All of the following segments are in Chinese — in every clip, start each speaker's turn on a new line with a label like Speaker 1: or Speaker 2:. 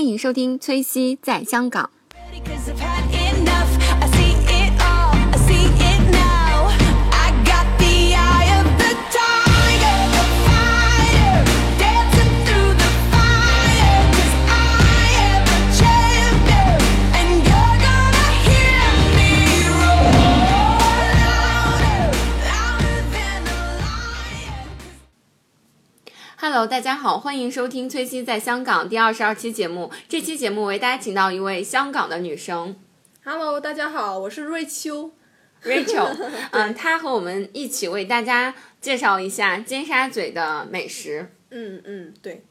Speaker 1: 迎收听崔西在香港。
Speaker 2: Cause I've had enough. I see it all. I see it now. I got the eye of the tiger, the fire, dancing through the fire. 'Cause I am the champion, and you're gonna hear me roar louder, louder than a lion.
Speaker 1: Hello，大家好，欢迎收听崔西在香港第二十二期节目。这期节目为大家请到一位香港的女生
Speaker 3: Hello，大家好，我是瑞秋。
Speaker 1: Rachel，嗯，她和我们一起为大家介绍一下尖沙咀的美食。
Speaker 3: 嗯嗯，对，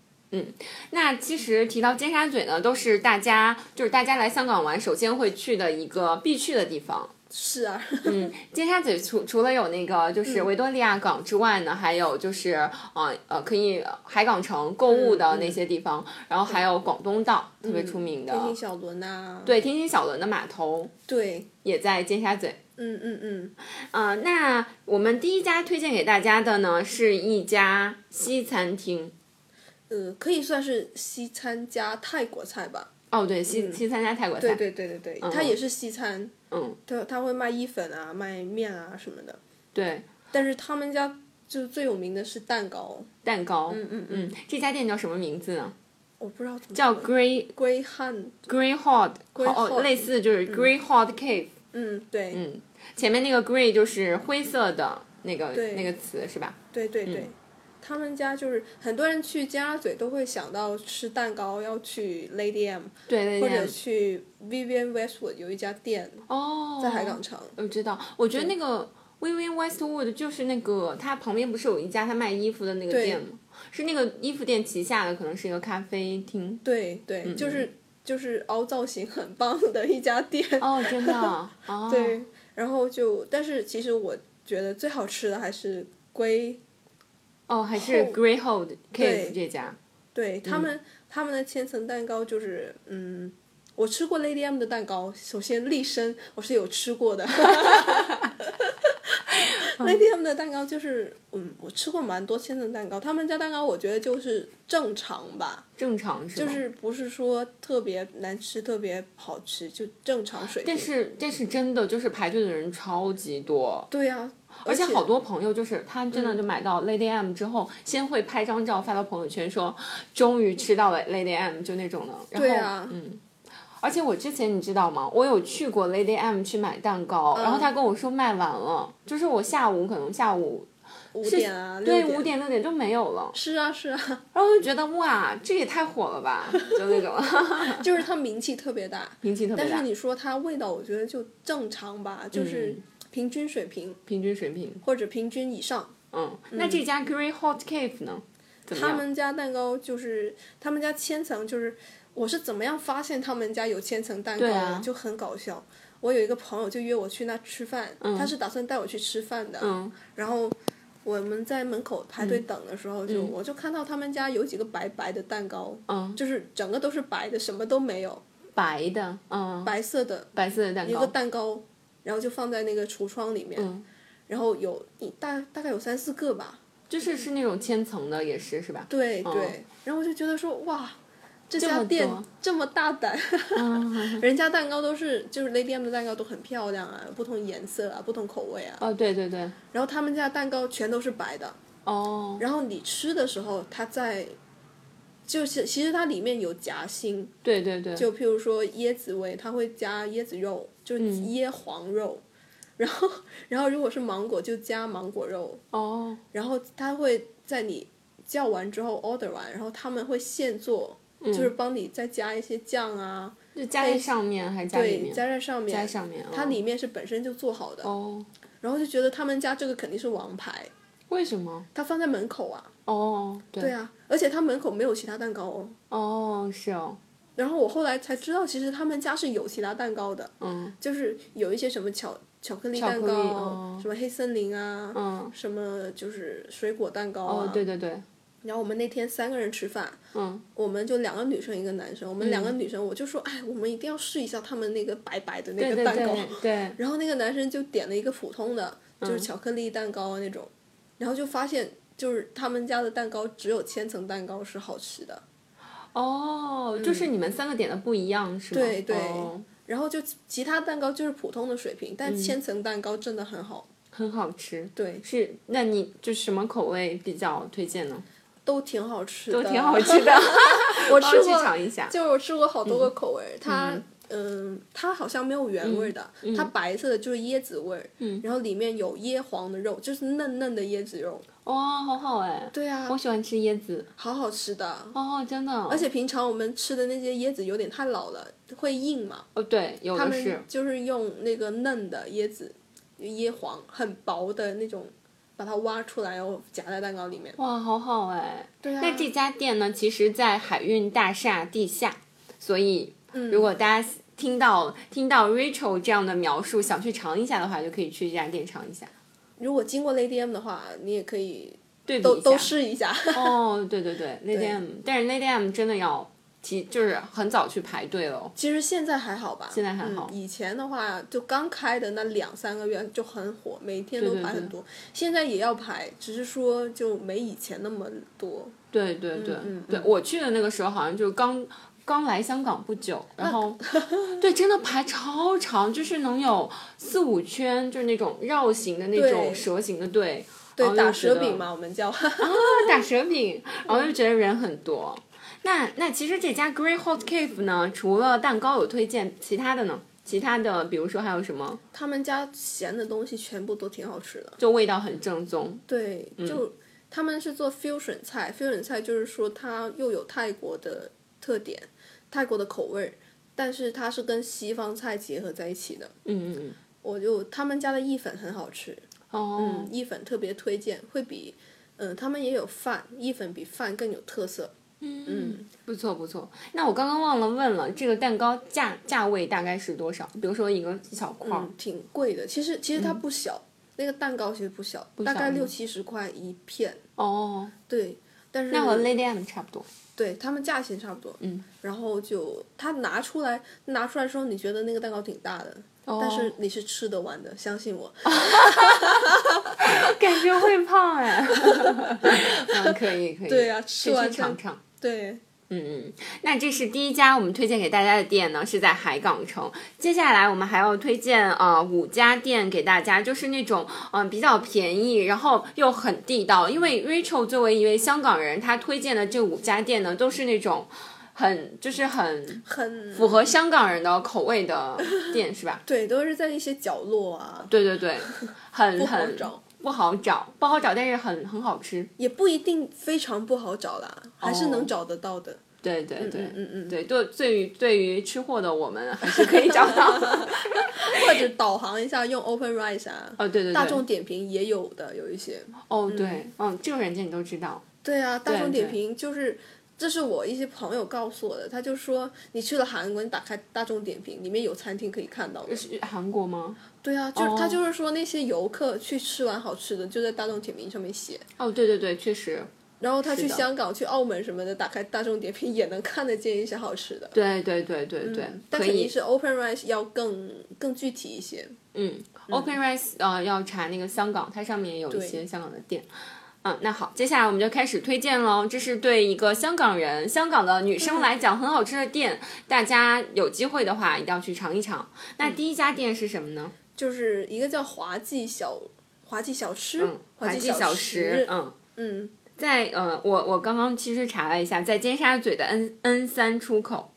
Speaker 1: 那其实提到尖沙咀呢，都是大家就是大家来香港玩首先会去的一个必去的地方。
Speaker 3: 是啊，
Speaker 1: 嗯，尖沙咀除除了有那个就是
Speaker 3: 嗯
Speaker 1: 维多利亚港之外呢，还有就是呃呃可以呃海港城购物的那些地方，
Speaker 3: 嗯
Speaker 1: 然后还有广东道、特别出名的，
Speaker 3: 天星小轮 呐、
Speaker 1: 对天津小轮的码头
Speaker 3: 对，
Speaker 1: 也在尖沙咀。
Speaker 3: 嗯嗯嗯，
Speaker 1: 呃，那我们第一家推荐给大家的呢，是一家西餐厅。
Speaker 3: 呃，可以算是西餐加泰国菜吧。
Speaker 1: 哦，对，西、西餐加泰国菜。
Speaker 3: 嗯对对对对对，它也是西餐，
Speaker 1: 嗯，
Speaker 3: 它它会卖意粉啊，卖面啊什么的。
Speaker 1: 对，
Speaker 3: 但是他们家就是最有名的是蛋糕，
Speaker 1: 蛋糕。嗯
Speaker 3: 嗯
Speaker 1: 嗯，这家店叫什么名字呢？
Speaker 3: 我不知道怎么
Speaker 1: 叫 Grey
Speaker 3: 龟汉。
Speaker 1: Grey Hot，
Speaker 3: Grey 嗯
Speaker 1: 哦，
Speaker 3: Hot
Speaker 1: 类似就是 Grey Hot Cave。
Speaker 3: 嗯，对，
Speaker 1: 嗯，前面那个 grey 就是灰色的那个
Speaker 3: 对
Speaker 1: 那个词是吧？
Speaker 3: 对对对。他们家就是很多人去尖沙咀都会想到吃蛋糕，要去 Lady M，
Speaker 1: 对
Speaker 3: 或
Speaker 1: 对
Speaker 3: 者
Speaker 1: 对。
Speaker 3: 去 Vivian Westwood 有一家店
Speaker 1: 哦，
Speaker 3: 在海港。城，
Speaker 1: 我知道，我觉得那个 Vivian Westwood 就是那个它旁边不是有一家它卖衣服的那个
Speaker 3: 对
Speaker 1: 店吗？是那个衣服店旗下的，可能是一个咖啡厅。
Speaker 3: 对对，
Speaker 1: 嗯
Speaker 3: 就是就是凹造型很棒的一家店，
Speaker 1: 哦，真的啊哦。
Speaker 3: 对，然后就但是其实我觉得最好吃的还是龟，
Speaker 1: 哦，还是
Speaker 3: 后
Speaker 1: Grey Hold Cave
Speaker 3: 对
Speaker 1: 这家。
Speaker 3: 对
Speaker 1: 嗯
Speaker 3: 他们、他们的千层蛋糕就是嗯。我吃过 Lady M 的蛋糕，首先立身我是有吃 过的。Lady M 的蛋糕就是，嗯，我吃过蛮多千层蛋糕，他们家蛋糕我觉得就是正常吧，
Speaker 1: 正常是
Speaker 3: 就
Speaker 1: 吗？
Speaker 3: 是不是说特别难吃、特别好吃，就正常水平。
Speaker 1: 但是但是真的就是排队的人超级多，
Speaker 3: 对呀、
Speaker 1: 而且
Speaker 3: 且
Speaker 1: 好多朋友就是他真
Speaker 3: 嗯
Speaker 1: 的就买到 Lady M 之后，先会拍张照发到朋友圈说，终于吃到了 Lady M 就那种的。然后
Speaker 3: 对啊
Speaker 1: 嗯。而且我之前你知道吗？我有去过 Lady M 去买蛋糕，
Speaker 3: 嗯
Speaker 1: 然后他跟我说卖完了，就是我下午可能下午
Speaker 3: 五点啊，
Speaker 1: 对
Speaker 3: 六
Speaker 1: 五点六点就没有了，
Speaker 3: 是啊是啊，
Speaker 1: 然后我就觉得哇，这也太火了吧，就那种
Speaker 3: 就是它名气特别大，
Speaker 1: 名气特别
Speaker 3: 但
Speaker 1: 大
Speaker 3: 是，你说它味道，我觉得就正常吧，就是
Speaker 1: 嗯
Speaker 3: 平均水平
Speaker 1: 平均水平。
Speaker 3: 或者平均以上。
Speaker 1: 嗯，那这家 Grey Hot Cave 呢？怎么
Speaker 3: 他
Speaker 1: 样？
Speaker 3: 们家蛋糕就是他们家千层，就是我是怎么样发现他们家有千层蛋糕
Speaker 1: 对
Speaker 3: 的，
Speaker 1: 啊
Speaker 3: 就很搞笑。我有一个朋友就约我去那吃饭，他是打算带我去吃饭的，
Speaker 1: 嗯，
Speaker 3: 然后我们在门口排队等的时候就，我就看到他们家有几个白白的蛋糕，
Speaker 1: 嗯
Speaker 3: 就是整个都是白的，什么都没有，
Speaker 1: 白的，嗯，
Speaker 3: 白色的
Speaker 1: 白色的蛋
Speaker 3: 一
Speaker 1: 糕
Speaker 3: 个，蛋糕，然后就放在那个橱窗里面，
Speaker 1: 嗯
Speaker 3: 然后有一大大概有三四个吧，
Speaker 1: 就是是那种千层的，也是是吧？
Speaker 3: 对
Speaker 1: 哦
Speaker 3: 对，然后我就觉得说哇。这
Speaker 1: 这么
Speaker 3: 家
Speaker 1: 多
Speaker 3: 店这么大胆，
Speaker 1: 嗯，
Speaker 3: 人家蛋糕都是就是 Lady M 的蛋糕都很漂亮啊，有不同颜色啊，不同口味啊。
Speaker 1: 哦，对对对，
Speaker 3: 然后他们家蛋糕全都是白的，
Speaker 1: 哦，
Speaker 3: 然后你吃的时候，它在，就是其实它里面有夹心，
Speaker 1: 对对对，
Speaker 3: 就譬如说椰子味，它会加椰子肉，就是
Speaker 1: 嗯
Speaker 3: 椰黄肉，然后然后如果是芒果就加芒果肉，
Speaker 1: 哦，
Speaker 3: 然后它会在你叫完之后 order 完，然后他们会现做，
Speaker 1: 嗯
Speaker 3: 就是帮你再加一些酱啊，
Speaker 1: 就加在上面还是加里
Speaker 3: 对，
Speaker 1: 面？
Speaker 3: 加在上面，
Speaker 1: 加上面，
Speaker 3: 它
Speaker 1: 哦
Speaker 3: 里面是本身就做好的，
Speaker 1: 哦，
Speaker 3: 然后就觉得他们家这个肯定是王牌，
Speaker 1: 为什么？
Speaker 3: 它放在门口啊，
Speaker 1: 哦，
Speaker 3: 对
Speaker 1: 对，
Speaker 3: 啊，而且它门口没有其他蛋糕哦。
Speaker 1: 哦，是哦，
Speaker 3: 然后我后来才知道，其实他们家是有其他蛋糕的，
Speaker 1: 嗯
Speaker 3: 就是有一些什么巧巧克力
Speaker 1: 巧克
Speaker 3: 蛋
Speaker 1: 力
Speaker 3: 糕，
Speaker 1: 哦
Speaker 3: 什么黑森林啊，
Speaker 1: 嗯，
Speaker 3: 什么就是水果蛋糕啊。
Speaker 1: 哦，对对对，
Speaker 3: 然后我们那天三个人吃饭，
Speaker 1: 嗯，
Speaker 3: 我们就两个女生一个男生，我们两个女生我就说，哎，我们一定要试一下他们那个白白的那
Speaker 1: 对
Speaker 3: 个
Speaker 1: 对
Speaker 3: 蛋糕。
Speaker 1: 对对，
Speaker 3: 然后那个男生就点了一个普通的，
Speaker 1: 嗯
Speaker 3: 就是巧克力蛋糕啊那种，然后就发现就是他们家的蛋糕只有千层蛋糕是好吃的。
Speaker 1: 哦，就是你们三个点的不一样是吗？
Speaker 3: 嗯对对
Speaker 1: 哦
Speaker 3: 然后就其他蛋糕就是普通的水平，
Speaker 1: 嗯
Speaker 3: 但千层蛋糕真的很好，
Speaker 1: 很好吃。
Speaker 3: 对，
Speaker 1: 是，那你就什么口味比较推荐呢？
Speaker 3: 都挺好吃的，
Speaker 1: 都挺好吃的，
Speaker 3: 我
Speaker 1: 帮
Speaker 3: 吃
Speaker 1: 我去
Speaker 3: 过，
Speaker 1: 尝一下。
Speaker 3: 就是我吃过好多个口味儿，它嗯，它好像没有原味儿的，
Speaker 1: 嗯
Speaker 3: 它白色的就是椰子味儿，然后里面有椰黄的肉，就是嫩嫩的椰子肉，
Speaker 1: 哇、哦好好哎！
Speaker 3: 对啊
Speaker 1: 我喜欢吃椰子。
Speaker 3: 好好吃的。
Speaker 1: 哦，真的。
Speaker 3: 而
Speaker 1: 而
Speaker 3: 且平常我们吃的那些椰子有点太老了，会硬嘛。
Speaker 1: 哦，对，有
Speaker 3: 他
Speaker 1: 的
Speaker 3: 们
Speaker 1: 是。
Speaker 3: 就是用那个嫩的椰子、椰黄，很薄的那种，把它挖出来，然后夹在蛋糕里面。
Speaker 1: 哇，好好哎！
Speaker 3: 对啊
Speaker 1: 那这家店呢，其实，在海运大厦地下，所以
Speaker 3: 嗯
Speaker 1: 如果大家听到、听到 Rachel 这样的描述，想去尝一下的话，就可以去这家店尝一下，
Speaker 3: 如果经过 Lady M 的话，你也可以
Speaker 1: 对比
Speaker 3: 都
Speaker 1: 一
Speaker 3: 都
Speaker 1: 下
Speaker 3: 试一下。
Speaker 1: 哦，对对对，Lady M，但是 Lady M 真的要提，就是很早去排队了。哦
Speaker 3: 其实现在还好吧，现
Speaker 1: 在还好
Speaker 3: 以前的话，就刚开的那两三个月就很火，每天都
Speaker 1: 对对
Speaker 3: 排
Speaker 1: 对
Speaker 3: 很多。现在也要排，只是说就没以前那么多。
Speaker 1: 对对对、
Speaker 3: 嗯嗯
Speaker 1: 对，我去的那个时候好像就刚刚来香港不久，然 后对，真的排超长，就是能有四五圈，就是那种绕行的那种
Speaker 3: 对
Speaker 1: 蛇形的队，然后
Speaker 3: 对，
Speaker 1: 就觉
Speaker 3: 打蛇
Speaker 1: 得
Speaker 3: 饼嘛，嗯我们叫。
Speaker 1: 打蛇饼，然后就觉得人很多。那那其实这家 Grey Hot Cave 呢，除了蛋糕有推荐，其他的呢？其他的比如说还有什么？
Speaker 3: 他们家咸的东西全部都挺好吃的。
Speaker 1: 就味道很正宗。
Speaker 3: 对，就他们是做 fusion 菜，fusion 菜就是说它又有泰国的特点，泰国的口味儿，但是它是跟西方菜结合在一起的。
Speaker 1: 嗯嗯嗯。
Speaker 3: 我就他们家的意粉很好吃，
Speaker 1: 哦
Speaker 3: 嗯，，意粉特别推荐，会比嗯、他们也有饭，意粉比饭更有特色。
Speaker 1: 嗯，不错不错。那我刚刚忘了问了，这个蛋糕价价位大概是多少？比如说一个小块儿，
Speaker 3: 嗯，挺贵的。其实其实它不小，那个蛋糕其实不小，大
Speaker 1: 嗯
Speaker 3: 概
Speaker 1: 吗
Speaker 3: 六七十块一片。
Speaker 1: 哦，
Speaker 3: 对，但是
Speaker 1: 那和 Lady M 差不 多。
Speaker 3: 对他们价钱差不多，嗯，然后就他拿出来拿出来之后，你觉得那个蛋糕挺大的，
Speaker 1: 哦
Speaker 3: 但是你是吃得完的，相信我。
Speaker 1: 感觉会胖哎。 嗯，可以可以。
Speaker 3: 对啊
Speaker 1: 可以
Speaker 3: 吃完
Speaker 1: 去
Speaker 3: 再
Speaker 1: 尝尝。
Speaker 3: 对，
Speaker 1: 嗯，嗯，那这是第一家我们推荐给大家的店呢，是在海港城。接下来我们还要推荐呃五家店给大家，就是那种嗯、呃比较便宜，然后又很地道。因为 Rachel 作为一位香港人，她推荐的这五家店呢，都是那种很就是很
Speaker 3: 很
Speaker 1: 符合香港人的口味的店，是 吧？
Speaker 3: 对，都是在一些角落啊，
Speaker 1: 对对对，很
Speaker 3: 不好
Speaker 1: 很
Speaker 3: 找，
Speaker 1: 不好找，不好找，但是很很好吃。
Speaker 3: 也不一定非常不好找啦，还是
Speaker 1: 哦
Speaker 3: 能找得到的。
Speaker 1: 对对对，
Speaker 3: 嗯嗯嗯
Speaker 1: 对对，对于对于吃货的我们还是可以找到的。
Speaker 3: 或者导航一下，用 OpenRice 啊，
Speaker 1: 哦，对对对，
Speaker 3: 大众点评也有的，有一些。
Speaker 1: 哦，对，嗯，这个软件你都知道。
Speaker 3: 对啊，大众
Speaker 1: 对
Speaker 3: 点评就是。这是我一些朋友告诉我的，他就说你去了韩国，你打开大众点评，里面有餐厅可以看到的。
Speaker 1: 是韩国吗？
Speaker 3: 对啊，就是、他
Speaker 1: 哦
Speaker 3: 就是说那些游客去吃完好吃的，就在大众点评上面写。
Speaker 1: 哦，对对对，确实，
Speaker 3: 然后他去
Speaker 1: 是的
Speaker 3: 香港、去澳门什么的，打开大众点评也能看得见一些好吃的。
Speaker 1: 对对对对对，
Speaker 3: 嗯但
Speaker 1: 可
Speaker 3: 肯定
Speaker 1: 以
Speaker 3: 是，OpenRice 要更更具体一些。
Speaker 1: 嗯，OpenRice 呃要查那个香港，它上面有一
Speaker 3: 对
Speaker 1: 些香港的店。嗯，那好，接下来我们就开始推荐喽。这是对一个香港人、香港的女生来讲很好吃的店，大家有机会的话一定要去尝一尝。那
Speaker 3: 嗯
Speaker 1: 第一家店是什么呢？
Speaker 3: 就是一个叫华记小华记小吃，
Speaker 1: 嗯，
Speaker 3: 华
Speaker 1: 记小
Speaker 3: 吃，
Speaker 1: 嗯。
Speaker 3: 嗯
Speaker 1: 在呃，我我刚刚其实查了一下，在尖沙咀的 N N 三出口，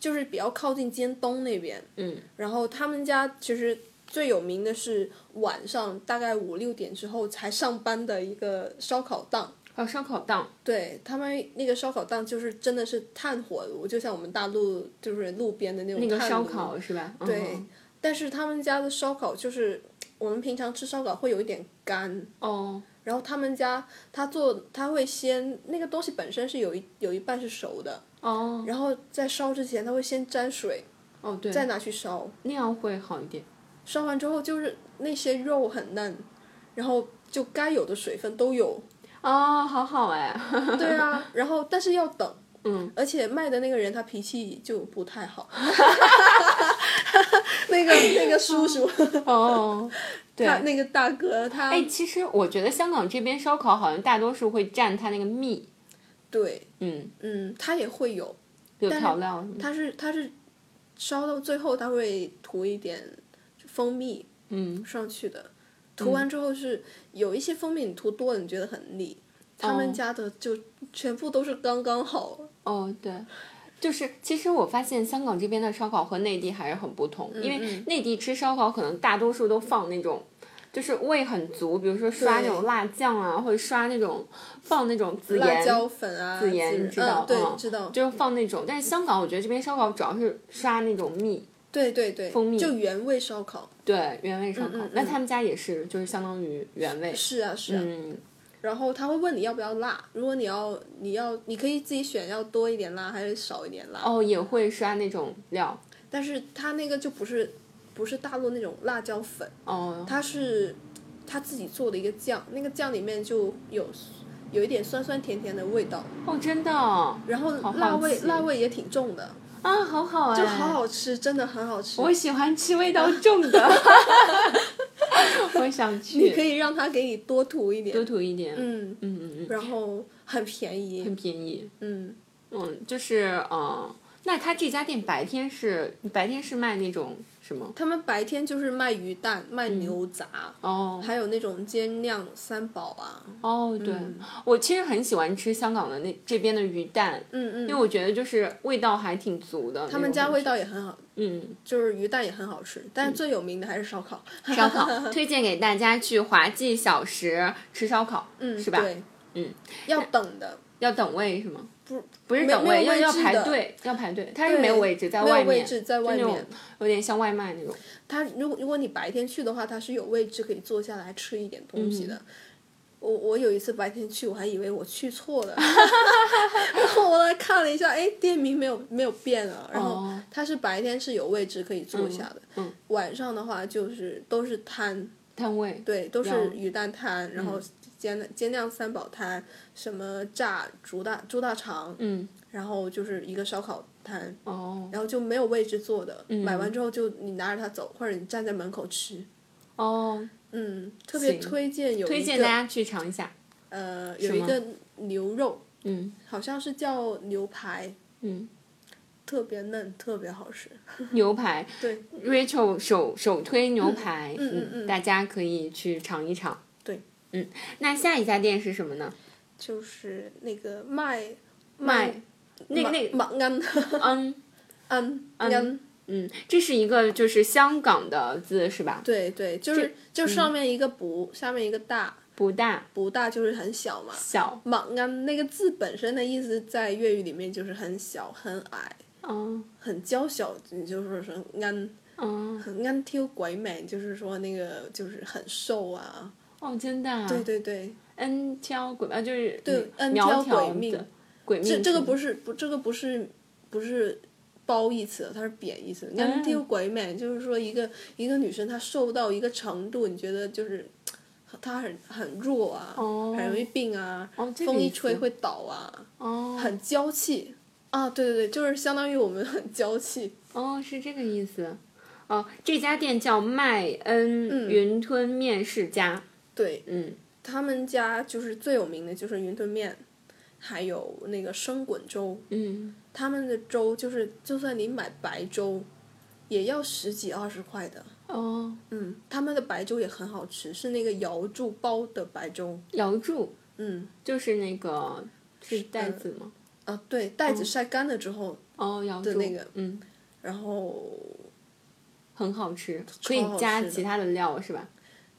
Speaker 3: 就是比较靠近尖东那边。
Speaker 1: 嗯，
Speaker 3: 然后他们家其实最有名的是晚上大概五六点之后才上班的一个烧烤档。
Speaker 1: 还哦有烧烤档，
Speaker 3: 对他们那个烧烤档就是真的是炭火炉，就像我们大陆就是路边的那种
Speaker 1: 那个
Speaker 3: 炭
Speaker 1: 烧
Speaker 3: 炉
Speaker 1: 烤是吧？
Speaker 3: 对，
Speaker 1: 嗯
Speaker 3: 但是他们家的烧烤就是我们平常吃烧烤会有一点干，
Speaker 1: 哦，
Speaker 3: 然后他们家他做他会先那个东西本身是有一有一半是熟的，
Speaker 1: 哦，
Speaker 3: 然后在烧之前他会先沾水，
Speaker 1: 哦，对，
Speaker 3: 再拿去烧，
Speaker 1: 那样会好一点。
Speaker 3: 烧完之后就是那些肉很嫩，然后就该有的水分都有，
Speaker 1: 哦，好好哎，
Speaker 3: 对啊，然后但是要等。
Speaker 1: 嗯，
Speaker 3: 而且卖的那个人他脾气就不 太好，那个那个叔叔，
Speaker 1: 哦，对。
Speaker 3: 他那个大哥他，
Speaker 1: 哎，其实我觉得香港这边烧烤好像大多数会蘸它那个蜜，
Speaker 3: 对，
Speaker 1: 嗯，
Speaker 3: 嗯，它也会有，
Speaker 1: 有
Speaker 3: 但是
Speaker 1: 调料什么的，
Speaker 3: 它是它是烧到最后，它会涂一点蜂蜜
Speaker 1: 嗯，
Speaker 3: 上去的。涂完之后是有一些蜂蜜，你涂多了你觉得很腻，他们
Speaker 1: 哦
Speaker 3: 家的就全部都是刚刚好。
Speaker 1: 哦，对，就是其实我发现香港这边的烧烤和内地还是很不同，因为
Speaker 3: 嗯
Speaker 1: 内地吃烧烤可能大多数都放那种。就是味很足，比如说刷那
Speaker 3: 对
Speaker 1: 种辣酱啊，或者刷那种放那种孜
Speaker 3: 辣
Speaker 1: 盐，
Speaker 3: 椒粉啊，
Speaker 1: 孜盐知道
Speaker 3: 嗯，对，
Speaker 1: 嗯
Speaker 3: 知道，
Speaker 1: 就是放那种。但是香港我觉得这边烧烤主要是刷那种蜜，
Speaker 3: 对对对，
Speaker 1: 蜂蜜
Speaker 3: 就原味烧烤，
Speaker 1: 对，原味烧烤。
Speaker 3: 嗯嗯
Speaker 1: 那
Speaker 3: 嗯
Speaker 1: 他们家也是，就是相当于原味。
Speaker 3: 是啊是啊，
Speaker 1: 嗯，
Speaker 3: 然后他会问你要不要辣，如果你要你要你可以自己选要多一点辣还是少一点辣，
Speaker 1: 哦，也会刷那种料。
Speaker 3: 但是他那个就不是不是大陆那种辣椒粉，
Speaker 1: 哦，
Speaker 3: 它是他自己做的一个酱，那个酱里面就有有一点酸酸甜甜的味道，
Speaker 1: 哦，真的哦
Speaker 3: 然后
Speaker 1: 好好
Speaker 3: 辣味
Speaker 1: 吃
Speaker 3: 辣味也挺重的，
Speaker 1: 啊，好好哎，
Speaker 3: 就好。好吃，真的很好吃。
Speaker 1: 我喜欢吃味道重的，我想去。
Speaker 3: 你可以让他给你多涂一点，
Speaker 1: 多涂一点。
Speaker 3: 嗯，
Speaker 1: 嗯嗯嗯，
Speaker 3: 然后很便宜
Speaker 1: 很，便宜。
Speaker 3: 嗯，
Speaker 1: 嗯，就是嗯、呃那他这家店白天是白天是卖那种什么？
Speaker 3: 他们白天就是卖鱼蛋、卖牛杂，
Speaker 1: 嗯哦
Speaker 3: 还有那种煎酿三宝啊，
Speaker 1: 哦，对、
Speaker 3: 嗯
Speaker 1: 我其实很喜欢吃香港的那这边的鱼蛋，
Speaker 3: 嗯
Speaker 1: 因为我觉得就是味道还挺足的。
Speaker 3: 他们家味，道也很好，
Speaker 1: 嗯，
Speaker 3: 就是鱼蛋也很好吃，但是最有名的还是烧烤，
Speaker 1: 烧烤推荐给大家去华记小食吃烧烤，
Speaker 3: 嗯，
Speaker 1: 是吧？
Speaker 3: 对，
Speaker 1: 嗯，
Speaker 3: 要等的，
Speaker 1: 要等位是吗？
Speaker 3: 不
Speaker 1: 不是
Speaker 3: 没
Speaker 1: 等
Speaker 3: 没
Speaker 1: 位，
Speaker 3: 有
Speaker 1: 要
Speaker 3: 位
Speaker 1: 要
Speaker 3: 置
Speaker 1: 排
Speaker 3: 的
Speaker 1: 队，要排队。它是没
Speaker 3: 对
Speaker 1: 有位置，在
Speaker 3: 没有
Speaker 1: 外
Speaker 3: 位
Speaker 1: 面，
Speaker 3: 置在外
Speaker 1: 就那
Speaker 3: 面
Speaker 1: 种。有点像外卖那种。
Speaker 3: 它如果如果你白天去的话，它是有位置可以坐下来吃一点东西的。
Speaker 1: 嗯
Speaker 3: 我我有一次白天去，我还以为我去错了， 然后我来看了一下，哎，店名没有没有变啊。然后
Speaker 1: 哦
Speaker 3: 它是白天是有位置可以坐下的，
Speaker 1: 嗯嗯
Speaker 3: 晚上的话就是都是摊，
Speaker 1: 摊嗯位，
Speaker 3: 嗯对，都
Speaker 1: 了
Speaker 3: 是鱼蛋摊，然后煎煎酿三宝摊，什么炸猪大猪大肠，
Speaker 1: 嗯，
Speaker 3: 然后就是一个烧烤摊，
Speaker 1: 哦嗯
Speaker 3: 然后就没有位置坐的，买完之后就你拿着它走，或者你站在门口吃。
Speaker 1: 哦，
Speaker 3: 嗯，特别
Speaker 1: 行
Speaker 3: 推荐有
Speaker 1: 推
Speaker 3: 一
Speaker 1: 荐
Speaker 3: 个
Speaker 1: 大家去尝一下。
Speaker 3: 呃
Speaker 1: 是
Speaker 3: 有一
Speaker 1: 吗
Speaker 3: 个牛肉，
Speaker 1: 嗯
Speaker 3: 好像是叫牛排，
Speaker 1: 嗯，
Speaker 3: 特别嫩，特别好吃。
Speaker 1: 牛排
Speaker 3: 对
Speaker 1: Rachel 手手推牛排，
Speaker 3: 嗯嗯嗯
Speaker 1: 大家可以去尝一尝。
Speaker 3: 对，
Speaker 1: 嗯，那下一家店是什么呢？
Speaker 3: 就是那个麦
Speaker 1: 卖那
Speaker 3: 麦
Speaker 1: 那
Speaker 3: 麦安
Speaker 1: 嗯
Speaker 3: 安安，
Speaker 1: 嗯，这是一个就是香港的字是吧？
Speaker 3: 对对，就是就
Speaker 1: 嗯
Speaker 3: 上面一个不，下面一个大，
Speaker 1: 不大
Speaker 3: 不大就是很小嘛。
Speaker 1: 小，
Speaker 3: 莽安那个字本身的意思，在粤语里面就是很小、很矮、
Speaker 1: 嗯
Speaker 3: 很娇小，你就说是安
Speaker 1: 嗯，
Speaker 3: 很安挑鬼美，就是说那个就是很瘦啊。
Speaker 1: 哦，真的、啊，
Speaker 3: 对对对，
Speaker 1: 恩挑鬼啊，就是
Speaker 3: 对
Speaker 1: 嗯
Speaker 3: 恩
Speaker 1: 苗
Speaker 3: 挑
Speaker 1: 条
Speaker 3: 鬼命
Speaker 1: 的鬼命
Speaker 3: 这
Speaker 1: 是吗，
Speaker 3: 这个不是不这个不是不是褒义词，它是贬义词。
Speaker 1: 嗯
Speaker 3: 安丢鬼美就是说一个一个女生她瘦到一个程度，你觉得就是她很很弱啊，
Speaker 1: 哦
Speaker 3: 很容易病啊，
Speaker 1: 哦，这个
Speaker 3: 风一
Speaker 1: 意思
Speaker 3: 吹会倒啊，
Speaker 1: 哦，
Speaker 3: 很娇气啊。对对对，就是相当于我们很娇气。
Speaker 1: 哦，是这个意思。哦，这家店叫麦恩
Speaker 3: 嗯
Speaker 1: 云吞面世家。
Speaker 3: 对
Speaker 1: 嗯，
Speaker 3: 他们家就是最有名的就是云吞面，还有那个生滚粥。
Speaker 1: 嗯，
Speaker 3: 他们的粥就是，就算你买白粥，也要十几二十块的。
Speaker 1: 哦，
Speaker 3: 嗯，他们的白粥也很好吃，是那个瑶柱包的白粥。
Speaker 1: 瑶柱
Speaker 3: 嗯，
Speaker 1: 就是那个是袋子吗？
Speaker 3: 啊，对，袋子晒干了之后，
Speaker 1: 嗯哦，瑶柱
Speaker 3: 的那个，
Speaker 1: 嗯，
Speaker 3: 然后，
Speaker 1: 很好吃，可以
Speaker 3: 超好
Speaker 1: 加
Speaker 3: 吃的
Speaker 1: 其他的料是吧？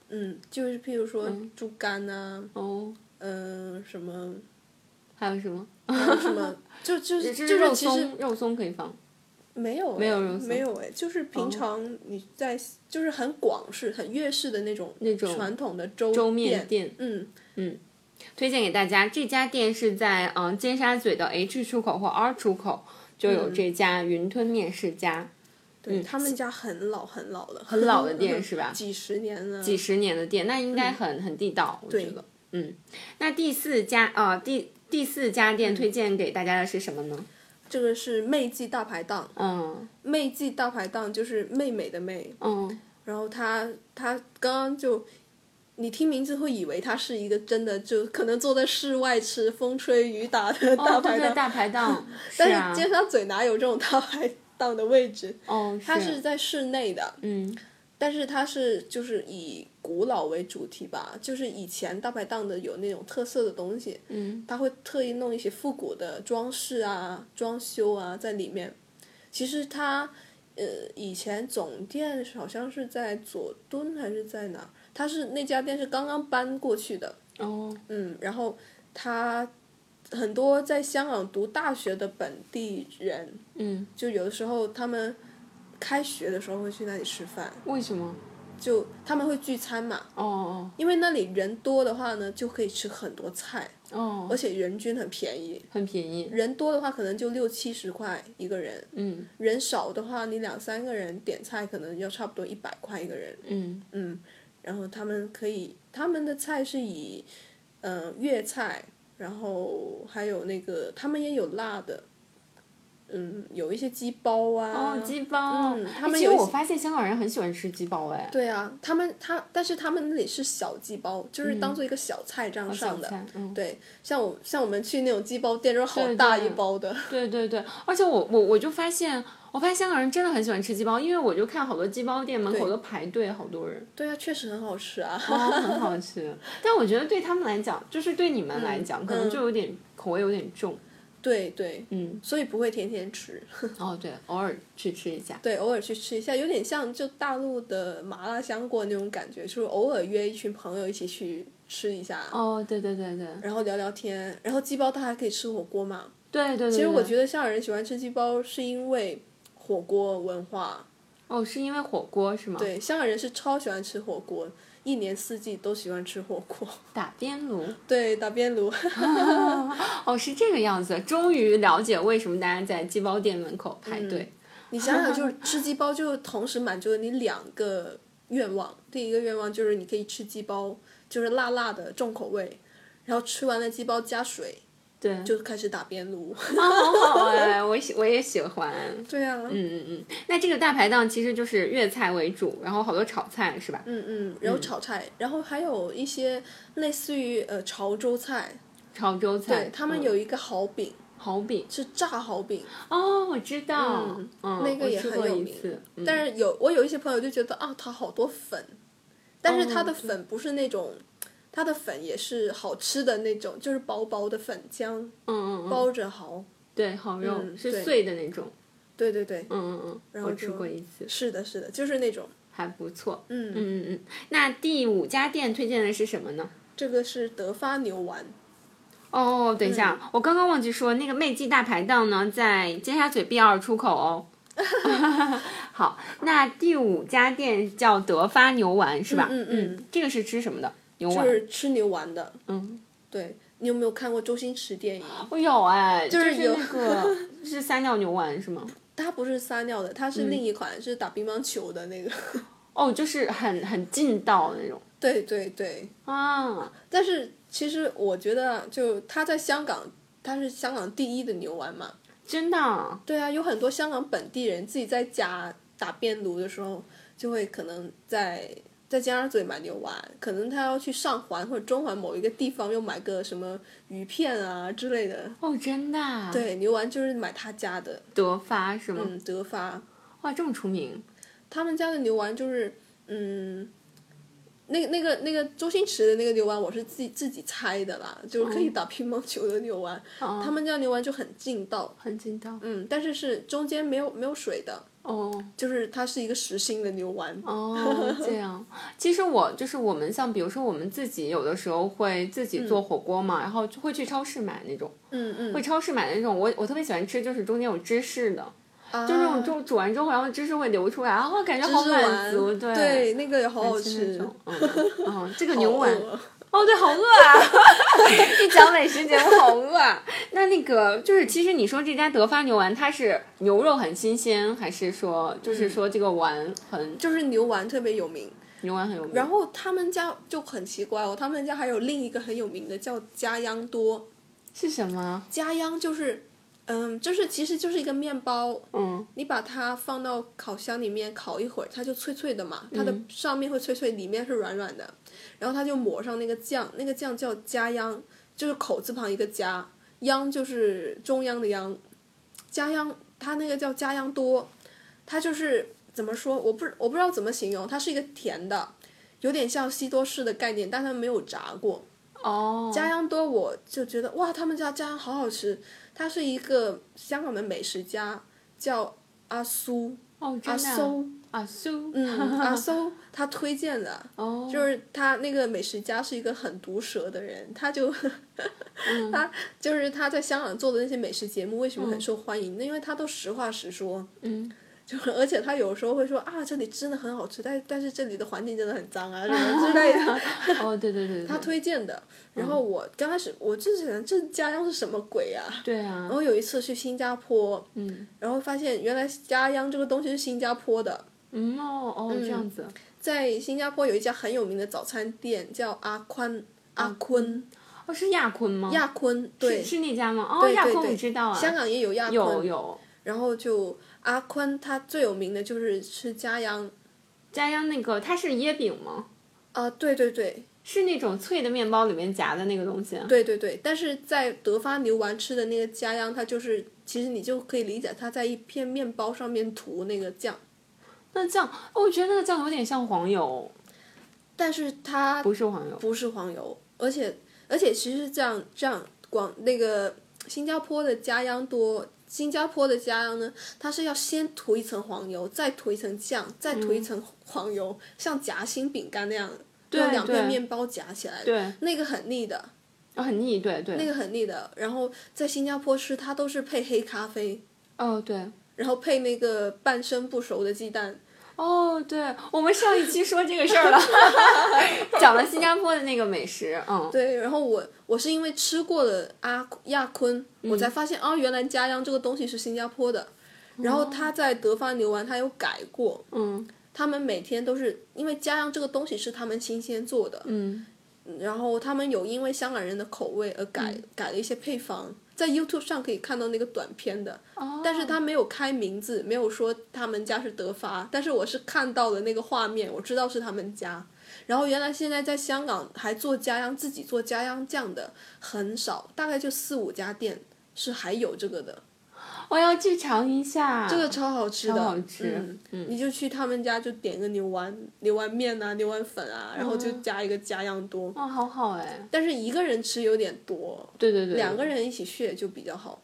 Speaker 3: 嗯，就是譬如说
Speaker 1: 嗯
Speaker 3: 猪肝呐、
Speaker 1: 哦，
Speaker 3: 嗯、什么，
Speaker 1: 还有什么？
Speaker 3: 还有什么， 就就是
Speaker 1: 就
Speaker 3: 嗯就是
Speaker 1: 肉
Speaker 3: 是其实
Speaker 1: 松，肉松可以放。
Speaker 3: 没有哎
Speaker 1: 没有肉松哦
Speaker 3: 没有哎，就是平常你在、就是很广式、很粤式的那种
Speaker 1: 那种
Speaker 3: 传统的粥
Speaker 1: 粥面
Speaker 3: 面
Speaker 1: 店
Speaker 3: 嗯，
Speaker 1: 推荐给大家。这家店是在嗯、呃尖沙咀的 H 出口或 R 出口就
Speaker 3: 嗯
Speaker 1: 有这家云吞面世家，
Speaker 3: 对、他们家很老很老了，
Speaker 1: 嗯很老的 店是吧
Speaker 3: 几十年了，
Speaker 1: 几十年的店，那应该很、很地道，我觉
Speaker 3: 嗯对
Speaker 1: 得。嗯，那第四家啊、呃第第四家店
Speaker 3: 嗯
Speaker 1: 推荐给大家的是什么呢？
Speaker 3: 这个是妹记大排档，
Speaker 1: 嗯
Speaker 3: 妹记大排档就是妹妹的妹，
Speaker 1: 嗯
Speaker 3: 然后她她刚刚就你听名字会以为它是一个真的，就可能坐在室外吃，风吹雨打的大
Speaker 1: 哦，
Speaker 3: 排
Speaker 1: 对
Speaker 3: 档。
Speaker 1: 对，大排档，
Speaker 3: 但
Speaker 1: 啊
Speaker 3: 是，尖沙咀哪有这种大排档的位置？
Speaker 1: 哦，
Speaker 3: 它是在室内的，
Speaker 1: 嗯
Speaker 3: 但是它是就是以古老为主题吧，就是以前大排档的有那种特色的东西，
Speaker 1: 嗯，
Speaker 3: 它会特意弄一些复古的装饰啊、装修啊在里面。其实它呃以前总店是好像是在佐敦还是在哪儿？它是那家店是刚刚搬过去的，
Speaker 1: 哦，
Speaker 3: 嗯，然后他很多在香港读大学的本地人，
Speaker 1: 嗯，
Speaker 3: 就有的时候他们开学的时候会去那里吃饭，
Speaker 1: 为什么？
Speaker 3: 就他们会聚餐嘛，
Speaker 1: 哦
Speaker 3: 因为那里人多的话呢，就可以吃很多菜，
Speaker 1: 哦哦，
Speaker 3: 而且人均很便宜。
Speaker 1: 很便宜，
Speaker 3: 人多的话，可能就六七十块一个人；
Speaker 1: 嗯
Speaker 3: 人少的话，你两三个人点菜，可能要差不多一百块一个人。
Speaker 1: 嗯
Speaker 3: 嗯，然后他们可以，他们的菜是以，呃，粤菜，然后还有那个，他们也有辣的，嗯，有一些鸡包啊，
Speaker 1: 哦，鸡煲，
Speaker 3: 嗯
Speaker 1: 哎
Speaker 3: 他们
Speaker 1: 其实
Speaker 3: 有一
Speaker 1: 我
Speaker 3: 些
Speaker 1: 发现香港人很喜欢吃鸡煲，哎，
Speaker 3: 对啊，他们他，但是他们那里是小鸡包，就是当做一个小菜这样上
Speaker 1: 嗯小
Speaker 3: 的。
Speaker 1: 菜，嗯，
Speaker 3: 对，像我像我们去那种鸡包店，就是好
Speaker 1: 对
Speaker 3: 大
Speaker 1: 对
Speaker 3: 一包的，
Speaker 1: 对对对，而且我我我就发现，我发现香港人真的很喜欢吃鸡煲，因为我就看好多鸡煲店门口
Speaker 3: 对
Speaker 1: 都排队，好多人，
Speaker 3: 对啊，确实很好吃啊。
Speaker 1: 哦，很好吃。但我觉得对他们来讲，就是对你们
Speaker 3: 嗯
Speaker 1: 来讲，可能就有点、口味有点重，
Speaker 3: 对对，
Speaker 1: 嗯，
Speaker 3: 所以不会天天吃。
Speaker 1: 哦对，偶尔去吃一下，
Speaker 3: 对，偶尔去吃一下，有点像就大陆的麻辣香锅那种感觉，就是偶尔约一群朋友一起去吃一下，
Speaker 1: 哦对对对对
Speaker 3: 然后聊聊天，然后鸡煲它还可以吃火锅嘛。
Speaker 1: 对对啊对，
Speaker 3: 其实我觉
Speaker 1: 得
Speaker 3: 得香港人喜欢吃鸡煲是因为火锅文化，
Speaker 1: 哦是因为火锅是吗？，
Speaker 3: 对，香港人是超喜欢吃火锅，一年四季都喜欢吃火锅，
Speaker 1: 打边炉，
Speaker 3: 对，打边炉，
Speaker 1: 哦是这个样子，终于了解为什么大家在鸡煲店门口排
Speaker 3: 嗯
Speaker 1: 队。
Speaker 3: 你想想，就是吃鸡煲，就同时满足了你两个愿望。第一个愿望就是你可以吃鸡煲，就是辣辣的重口味，然后吃完了鸡煲加水，
Speaker 1: 对，
Speaker 3: 就开始打边炉。
Speaker 1: 啊，好好哎，我喜我也喜欢。
Speaker 3: 对啊，
Speaker 1: 嗯
Speaker 3: 嗯
Speaker 1: 嗯，嗯，那这个大排档其实就是粤菜为主，然后好多炒菜是吧？
Speaker 3: 嗯嗯，然后炒菜，然后还有一些类似于呃潮州菜，
Speaker 1: 潮州菜，
Speaker 3: 对他们
Speaker 1: 嗯
Speaker 3: 有一个蚝饼，
Speaker 1: 蚝饼
Speaker 3: 是炸蚝饼，
Speaker 1: 哦，我知道，嗯
Speaker 3: 嗯，那个
Speaker 1: 我
Speaker 3: 也
Speaker 1: 吃
Speaker 3: 很
Speaker 1: 过
Speaker 3: 有
Speaker 1: 一
Speaker 3: 名
Speaker 1: 次，嗯
Speaker 3: 但是有我有一些朋友就觉得啊，它好多粉，但是它
Speaker 1: 哦
Speaker 3: 的
Speaker 1: 对
Speaker 3: 粉不是那种，它的粉也是好吃的那种，就是薄薄的粉浆
Speaker 1: 嗯嗯嗯，
Speaker 3: 包着蚝。
Speaker 1: 对，好肉、
Speaker 3: 嗯
Speaker 1: 是
Speaker 3: 对
Speaker 1: 碎的那种，
Speaker 3: 对对对，
Speaker 1: 嗯嗯嗯，
Speaker 3: 然后
Speaker 1: 我吃
Speaker 3: 就
Speaker 1: 过一次，
Speaker 3: 是的，是的，就是那种，
Speaker 1: 还不错。嗯
Speaker 3: 嗯，
Speaker 1: 嗯嗯，那第五家店推荐的是什么呢？
Speaker 3: 这个是德发牛丸，
Speaker 1: 哦，等一下，
Speaker 3: 嗯
Speaker 1: 我刚刚忘记说，那个妹记大排档呢，在尖沙咀 B 二出口哦。 好，那第五家店叫德发牛丸是吧？
Speaker 3: 嗯嗯嗯
Speaker 1: 这个是吃什么的？牛
Speaker 3: 就
Speaker 1: 丸。
Speaker 3: 是吃牛丸的。
Speaker 1: 嗯，
Speaker 3: 对，你有没有看过周星驰电影？
Speaker 1: 我有哎，就是
Speaker 3: 有
Speaker 1: 那个 是撒尿牛丸是吗？
Speaker 3: 它不是撒尿的，它
Speaker 1: 嗯
Speaker 3: 是另一款，是打乒乓球的那个。
Speaker 1: 哦，就是很很劲道的那种
Speaker 3: 对对对，
Speaker 1: 啊。
Speaker 3: 但是其实我觉得，啊就它在香港，它是香港第一的牛丸嘛。
Speaker 1: 真的啊
Speaker 3: 对啊，有很多香港本地人自己在家打边炉的时候，就会可能在在尖沙咀买牛丸，可能他要去上环或者中环某一个地方又买个什么鱼片啊之类的。
Speaker 1: 哦，真的啊
Speaker 3: 对，牛丸就是买他家的，
Speaker 1: 德发是吗？
Speaker 3: 嗯，德发
Speaker 1: 哇，这么出名
Speaker 3: 他们家的牛丸就是，嗯。那那个那个周星驰的那个牛丸，我是自己自己猜的啦，就是可以打乒乓球的牛丸。
Speaker 1: 哦
Speaker 3: 他们家牛丸就很劲道，
Speaker 1: 很劲道
Speaker 3: 嗯，但是是中间没有没有水的，
Speaker 1: 哦。
Speaker 3: 就是它是一个实心的牛丸。
Speaker 1: 哦，这样。其实我就是我们像比如说我们自己有的时候会自己做火锅嘛，然后就会去超市买那种，
Speaker 3: 嗯嗯，
Speaker 1: 会超市买那种。我我特别喜欢吃，就是中间有芝士的，
Speaker 3: 啊
Speaker 1: 就那种就煮完之后，然后芝士会流出来，啊，感觉
Speaker 3: 芝
Speaker 1: 好
Speaker 3: 士
Speaker 1: 满
Speaker 3: 丸
Speaker 1: 足，
Speaker 3: 对，
Speaker 1: 对，
Speaker 3: 那个也好好
Speaker 1: 吃那
Speaker 3: 吃
Speaker 1: 种。，嗯嗯，这个
Speaker 3: 好
Speaker 1: 牛丸，
Speaker 3: 饿啊
Speaker 1: 哦，对，好饿 啊！一讲美食节目，好饿啊。那那个就是，其实你说这家德发牛丸，它是牛肉很新鲜，还是说
Speaker 3: 嗯
Speaker 1: 就是说这个丸很、
Speaker 3: 就是牛丸特别有名。
Speaker 1: 牛丸很有名？
Speaker 3: 然后他们家就很奇怪哦，他们家还有另一个很有名的叫家央多，
Speaker 1: 是什么？
Speaker 3: 家央就是嗯，就是其实就是一个面包，
Speaker 1: 嗯，
Speaker 3: 你把它放到烤箱里面烤一会儿，它就脆脆的嘛，它的上面会脆脆，里面是软软的，然后它就抹上那个酱，那个酱叫家央，就是口字旁一个家，央就是中央的央，家央它那个叫家央多，它就是怎么说，我不我不知道怎么形容，它是一个甜的，有点像西多士的概念，但它没有炸过，
Speaker 1: 哦，
Speaker 3: 家央多，我就觉得哇，他们家家央好好吃。他是一个香港的美食家，叫阿苏，
Speaker 1: 哦，
Speaker 3: 阿
Speaker 1: 真的啊
Speaker 3: 苏，
Speaker 1: 啊苏，
Speaker 3: 嗯，阿苏他推荐的，
Speaker 1: 哦，
Speaker 3: 就是他那个美食家是一个很毒舌的人，他就
Speaker 1: 嗯
Speaker 3: 他就是他在香港做的那些美食节目为什么很受欢迎？那因为他都实话实说，
Speaker 1: 嗯，
Speaker 3: 就是而且他有时候会说啊，这里真的很好吃，但但是这里的环境真的很脏啊 什么之类的。
Speaker 1: 哦，对对对，对
Speaker 3: 他推荐的。
Speaker 1: 嗯
Speaker 3: 然后我刚开始我就想这家央是什么鬼啊？
Speaker 1: 对啊
Speaker 3: 然，后有一次去新加坡，
Speaker 1: 嗯
Speaker 3: 然后发现原来家央这个东西是新加坡的，
Speaker 1: 嗯哦哦这样子，
Speaker 3: 在新加坡有一家很有名的早餐店叫阿宽阿坤
Speaker 1: 哦是亚坤吗？
Speaker 3: 亚坤，对
Speaker 1: 是是那家吗？哦
Speaker 3: 对
Speaker 1: 亚
Speaker 3: 对
Speaker 1: 坤
Speaker 3: 对，
Speaker 1: 我知道啊，
Speaker 3: 香港也有亚坤，
Speaker 1: 有有。
Speaker 3: 然后就阿宽他最有名的就是吃家央，
Speaker 1: 家央那个它是椰饼吗？
Speaker 3: 啊对对对
Speaker 1: 是那种脆的面包里面夹的那个东西啊。
Speaker 3: 对对对，但是在德发牛丸吃的那个家央，它就是其实你就可以理解它在一片面包上面涂那个酱。
Speaker 1: 那酱，哦我觉得那个酱有点像黄油，
Speaker 3: 但是它
Speaker 1: 不是黄油。
Speaker 3: 不是黄油，而且而且其实这样这样广那个新加坡的家央多，新加坡的家央呢，它是要先涂一层黄油，再涂一层酱，再涂一层黄油，像夹心饼干那样，用两
Speaker 1: 嗯
Speaker 3: 片
Speaker 1: 对
Speaker 3: 面包夹起来，
Speaker 1: 对，
Speaker 3: 那个很腻的，
Speaker 1: 哦很腻，对对。
Speaker 3: 那个很腻的。然后在新加坡吃，它都是配黑咖啡，
Speaker 1: 哦对。
Speaker 3: 然后配那个半生不熟的鸡蛋。
Speaker 1: 哦，对，我们上一期说这个事 儿了，讲了新加坡的那个美食，嗯，
Speaker 3: 对，然后我我是因为吃过了阿亚坤，我才发现、哦，原来家央这个东西是新加坡的。然后他在德发牛丸，他有改过。
Speaker 1: 嗯
Speaker 3: 他们每天都是因为家央这个东西是他们新鲜做的，
Speaker 1: 嗯，
Speaker 3: 然后他们有因为香港人的口味而改、
Speaker 1: 嗯
Speaker 3: 改了一些配方，在 YouTube 上可以看到那个短片的。
Speaker 1: 哦，
Speaker 3: 但是他没有开名字，没有说他们家是德发，但是我是看到了那个画面，我知道是他们家。然后原来现在在香港还做家央，自己做家央酱的很少，大概就四五家店是还有这个的，
Speaker 1: 我要去尝一下
Speaker 3: 这个超好吃的，
Speaker 1: 超好吃
Speaker 3: 嗯，你就去他们家就点个牛丸、牛丸面啊、牛丸粉啊，然后就加一个家央多，
Speaker 1: 哦，好好哎，
Speaker 3: 但是一个人吃有点多，
Speaker 1: 对对对，
Speaker 3: 两个人一起 share 就比较好，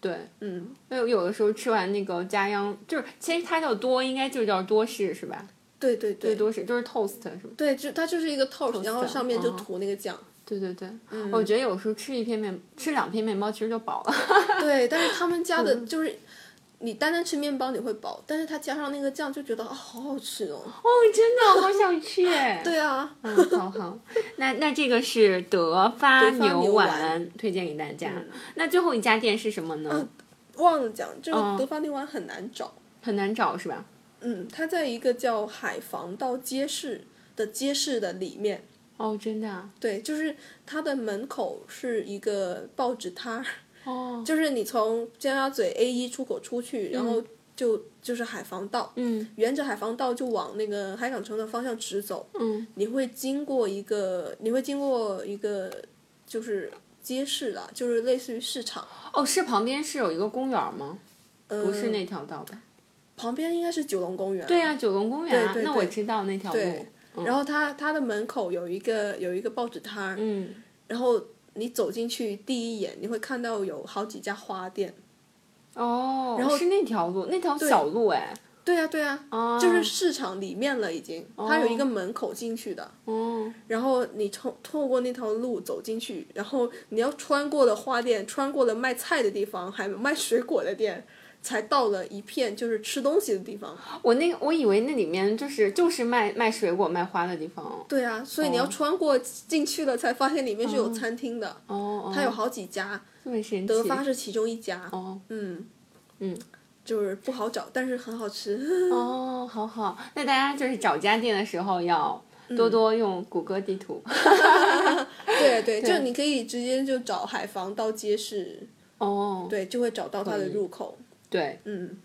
Speaker 1: 对，
Speaker 3: 嗯，
Speaker 1: 因为有的时候吃完那个家央，就是其实它叫多，应该就叫多士是吧？
Speaker 3: 对对
Speaker 1: 对，
Speaker 3: 对
Speaker 1: 多士就是 toast 是吧？
Speaker 3: 对，就它就是一个 toast，然后上面就
Speaker 1: 嗯
Speaker 3: 涂那 个酱。
Speaker 1: 对对对，我觉得有时候吃一片面，吃两片面包其实就饱 了。
Speaker 3: 对，但是他们家
Speaker 1: 嗯
Speaker 3: 的就是，你单单吃面包你会饱，但是它加上那个酱就觉得啊、好好吃哦。
Speaker 1: 哦，真的好想去哎。
Speaker 3: 对啊，
Speaker 1: 嗯，好好，那那这个是德发
Speaker 3: 德发牛
Speaker 1: 牛
Speaker 3: 丸
Speaker 1: 丸，嗯推荐给大家。那最后一家店是什么呢？
Speaker 3: 忘了讲，这个
Speaker 1: 嗯
Speaker 3: 德发牛丸很难找。
Speaker 1: 很难找是吧？
Speaker 3: 嗯，它在一个叫海防道街市的街市的里面。
Speaker 1: 哦，真的、啊、
Speaker 3: 对，就是它的门口是一个报纸摊儿，
Speaker 1: 哦，
Speaker 3: 就是你从尖沙咀 A 一出口出去，然后就、就是海防道，
Speaker 1: 嗯
Speaker 3: 沿着海防道就往那个海港城的方向直走。
Speaker 1: 嗯
Speaker 3: 你会经过一个，你会经过一个，就是街市啦，就是类似于市场，
Speaker 1: 哦，是旁边是有一个公园吗？
Speaker 3: 呃、
Speaker 1: 不是那条道吧？
Speaker 3: 旁边应该是九龙公园。
Speaker 1: 对呀、九龙公园啊，
Speaker 3: 对对
Speaker 1: 那我知道那条路嗯
Speaker 3: 对。然后它它的门口有一个有一个报纸摊儿，
Speaker 1: 嗯，
Speaker 3: 然后你走进去第一眼，你会看到有好几家花店。
Speaker 1: 哦，
Speaker 3: 然后
Speaker 1: 是那条路，那条小路哎。
Speaker 3: 对啊，对啊，
Speaker 1: 哦，
Speaker 3: 哦就是市场里面了已经，它有一个门口进去的，
Speaker 1: 哦，
Speaker 3: 然后你透透过那条路走进去，然后你要穿过了花店，穿过了卖菜的地方，还有卖水果的店，才到了一片就是吃东西的地方。
Speaker 1: 我那我以为那里面就是就是卖卖水果卖花的地方哦
Speaker 3: 对啊，所以你要穿过进去了，才发现里面是有餐厅的，
Speaker 1: 哦，
Speaker 3: 它有好几家，
Speaker 1: 这么神奇。
Speaker 3: 德发哦是其中一家。
Speaker 1: 哦
Speaker 3: 嗯
Speaker 1: 嗯，
Speaker 3: 就是不好找，但是很好吃。
Speaker 1: 哦，好好，那大家就是找家店的时候要
Speaker 3: 嗯
Speaker 1: 多多用谷歌地 图。
Speaker 3: 对对，
Speaker 1: 对
Speaker 3: 就你可以直接就找海防到街市。
Speaker 1: 哦，
Speaker 3: 对，就会找到它的入口。
Speaker 1: 对，
Speaker 3: 嗯，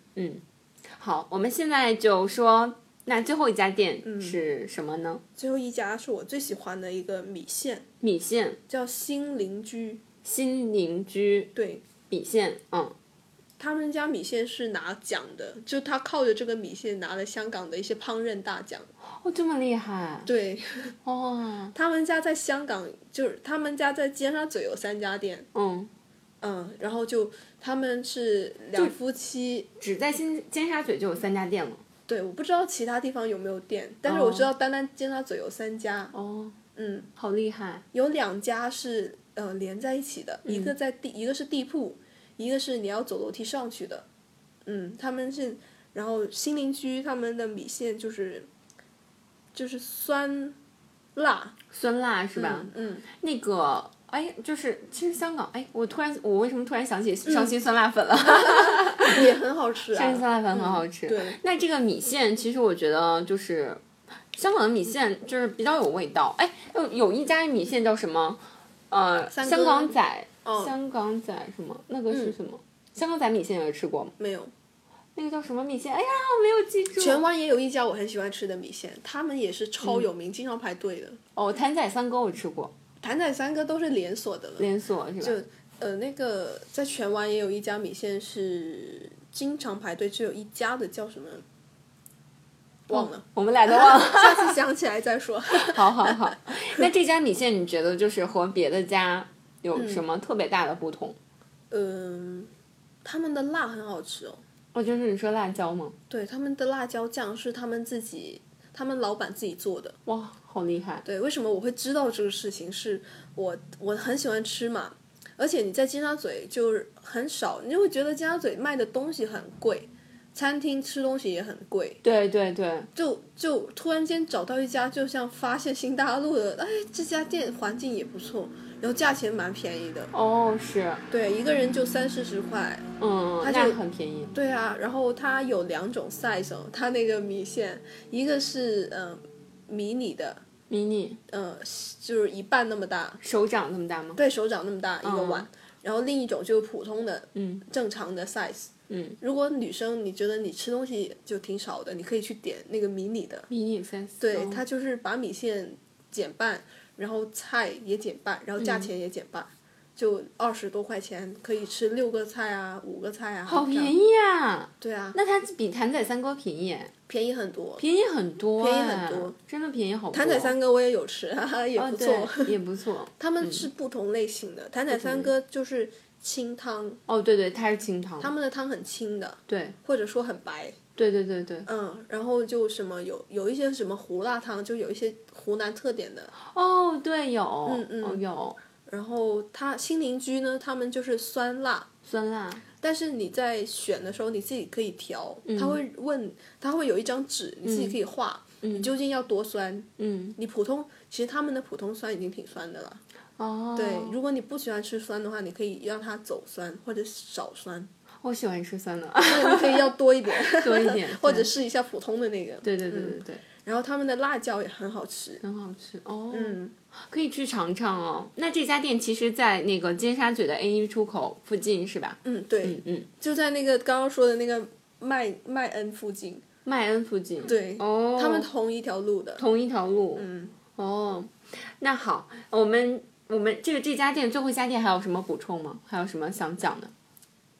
Speaker 1: 好，我们现在就说，那最后一家
Speaker 3: 嗯
Speaker 1: 店是什么呢？
Speaker 3: 最后一家是我最喜欢的一个米线，
Speaker 1: 米线
Speaker 3: 叫新邻居。
Speaker 1: 新邻居
Speaker 3: 对，
Speaker 1: 米线，嗯，
Speaker 3: 他们家米线是拿奖的，就他靠着这个米线拿了香港的一些烹饪大奖。
Speaker 1: 哦，这么厉害，
Speaker 3: 对，
Speaker 1: 哇、
Speaker 3: 他们家在香港，就是他们家在尖沙咀有三家店，
Speaker 1: 嗯，
Speaker 3: 嗯，然后就他们是两夫妻。
Speaker 1: 只在新尖沙咀就有三家店了。
Speaker 3: 对，我不知道其他地方有没有店，但是
Speaker 1: 哦
Speaker 3: 我知道单单尖沙咀有三家，
Speaker 1: 哦，
Speaker 3: 嗯，
Speaker 1: 好厉害，
Speaker 3: 有两家是呃连在一起的，
Speaker 1: 嗯
Speaker 3: 一个在地，一个是地铺，一个是你要走楼梯上去的，嗯，他们是，然后新邻居他们的米线就是，就是酸辣
Speaker 1: 酸辣是吧？
Speaker 3: 嗯，
Speaker 1: 那个，哎，就是其实香港，哎，我突然，我为什么突然想起绍兴酸辣粉 了？
Speaker 3: 嗯也很好吃
Speaker 1: 绍兴
Speaker 3: 啊，
Speaker 1: 酸辣粉很好吃。
Speaker 3: 对，
Speaker 1: 那这个米线，其实我觉得就是香港的米线就是比较有味道。哎，有有一家米线叫什么？呃，
Speaker 3: 三
Speaker 1: 香
Speaker 3: 哥
Speaker 1: 港仔，
Speaker 3: 哦
Speaker 1: 香港仔什么？那个是
Speaker 3: 嗯
Speaker 1: 什么？香港仔米线有吃过吗？
Speaker 3: 没有。
Speaker 1: 那个叫什么米线？哎呀，我没有记住。
Speaker 3: 荃湾也有一家我很喜欢吃的米线，他们也是超有名，经常排队的。
Speaker 1: 哦，谭仔三哥我吃过，
Speaker 3: 谭仔三哥都是连锁的了，
Speaker 1: 连锁是吧？
Speaker 3: 就呃，那个在荃湾也有一家米线是经常排队，只有一家的，叫什么？忘了，
Speaker 1: 我们俩都哦 忘了。
Speaker 3: 下次想起来再说。
Speaker 1: 好好好， 那这家米线你觉得就是和别的家有什么特别大的不同？
Speaker 3: 嗯、他们的辣很好吃哦，
Speaker 1: 我就是你说辣椒吗？
Speaker 3: 对，他们的辣椒酱是他们自己，他们老板自己做的。
Speaker 1: 哇，好厉害！
Speaker 3: 对，为什么我会知道这个事情？是我我很喜欢吃嘛，而且你在尖沙咀就是很少，你就会觉得尖沙咀卖的东西很贵，餐厅吃东西也很贵。
Speaker 1: 对对对，
Speaker 3: 就就突然间找到一家，就像发现新大陆的，哎，这家店环境也不错，然后价钱蛮便宜的，
Speaker 1: 哦是，
Speaker 3: 对，一个人就三四十块，
Speaker 1: 嗯，
Speaker 3: 它
Speaker 1: 那
Speaker 3: 就
Speaker 1: 很便宜。
Speaker 3: 对啊，然后它有两种 size，、哦、它那个米线，一个是呃迷你的，
Speaker 1: 迷你
Speaker 3: 呃就是一半那么大，
Speaker 1: 手掌这么大吗？
Speaker 3: 对手掌那么大一个碗，然后另一种就是普通的，
Speaker 1: 哦嗯，
Speaker 3: 正常的 size，
Speaker 1: 嗯，
Speaker 3: 如果女生你觉得你吃东西就挺少的，你可以去点那个迷你的，
Speaker 1: 迷你 size。
Speaker 3: 对，
Speaker 1: 哦
Speaker 3: 他哎就是把米线减半，然后菜也减半，然后价钱也减半，就二十多块钱可以吃六个菜啊，五个菜啊，
Speaker 1: 好
Speaker 3: 这样
Speaker 1: 便宜。啊！
Speaker 3: 对啊，
Speaker 1: 那它比谭仔三哥便宜，
Speaker 3: 便宜很多。
Speaker 1: 便宜很多、哎
Speaker 3: 便宜很多，
Speaker 1: 真的便宜好多。
Speaker 3: 谭仔三哥我也有吃，哈哈，也
Speaker 1: 哦
Speaker 3: 不错。
Speaker 1: 对，也不错。
Speaker 3: 他们是不同类型的，谭仔三哥就是清汤，
Speaker 1: 哦对对，它是清汤。
Speaker 3: 他们的汤很清的，
Speaker 1: 对
Speaker 3: 或者说很白。
Speaker 1: 对对对对。
Speaker 3: 嗯，然后就什么有有一些什么胡辣汤，就有一些湖南特点的，
Speaker 1: 哦对有，
Speaker 3: 嗯嗯
Speaker 1: 哦有
Speaker 3: 然后他新邻居呢，他们就是酸辣，
Speaker 1: 酸辣。
Speaker 3: 但是你在选的时候，你自己可以调，
Speaker 1: 嗯
Speaker 3: 他会问，他会有一张纸，你自己可以画，你究竟要多酸？
Speaker 1: 嗯
Speaker 3: 你普通，其实他们的普通酸已经挺酸的了。
Speaker 1: 哦，
Speaker 3: 对，如果你不喜欢吃酸的话，你可以让它走酸或者少酸，
Speaker 1: 我喜欢吃 酸的，
Speaker 3: 那你可以要多一点，
Speaker 1: 多一点
Speaker 3: 或者试一下普通的那个。嗯
Speaker 1: 对对对对对，
Speaker 3: 然后他们的辣椒也很好吃。
Speaker 1: 嗯很好吃哦，
Speaker 3: 嗯，
Speaker 1: 可以去尝尝哦。那这家店其实，在那个尖沙咀的 A 一出口附近是吧？
Speaker 3: 嗯，对，
Speaker 1: 嗯嗯，
Speaker 3: 就在那个刚刚说的那个麦麦恩附近，
Speaker 1: 麦恩附近，
Speaker 3: 对
Speaker 1: 哦，
Speaker 3: 他们同一条路的。
Speaker 1: 同一条路，
Speaker 3: 嗯，
Speaker 1: 哦，那好，我们我们这个这家店最后一家店还有什么补充吗？还有什么想讲的？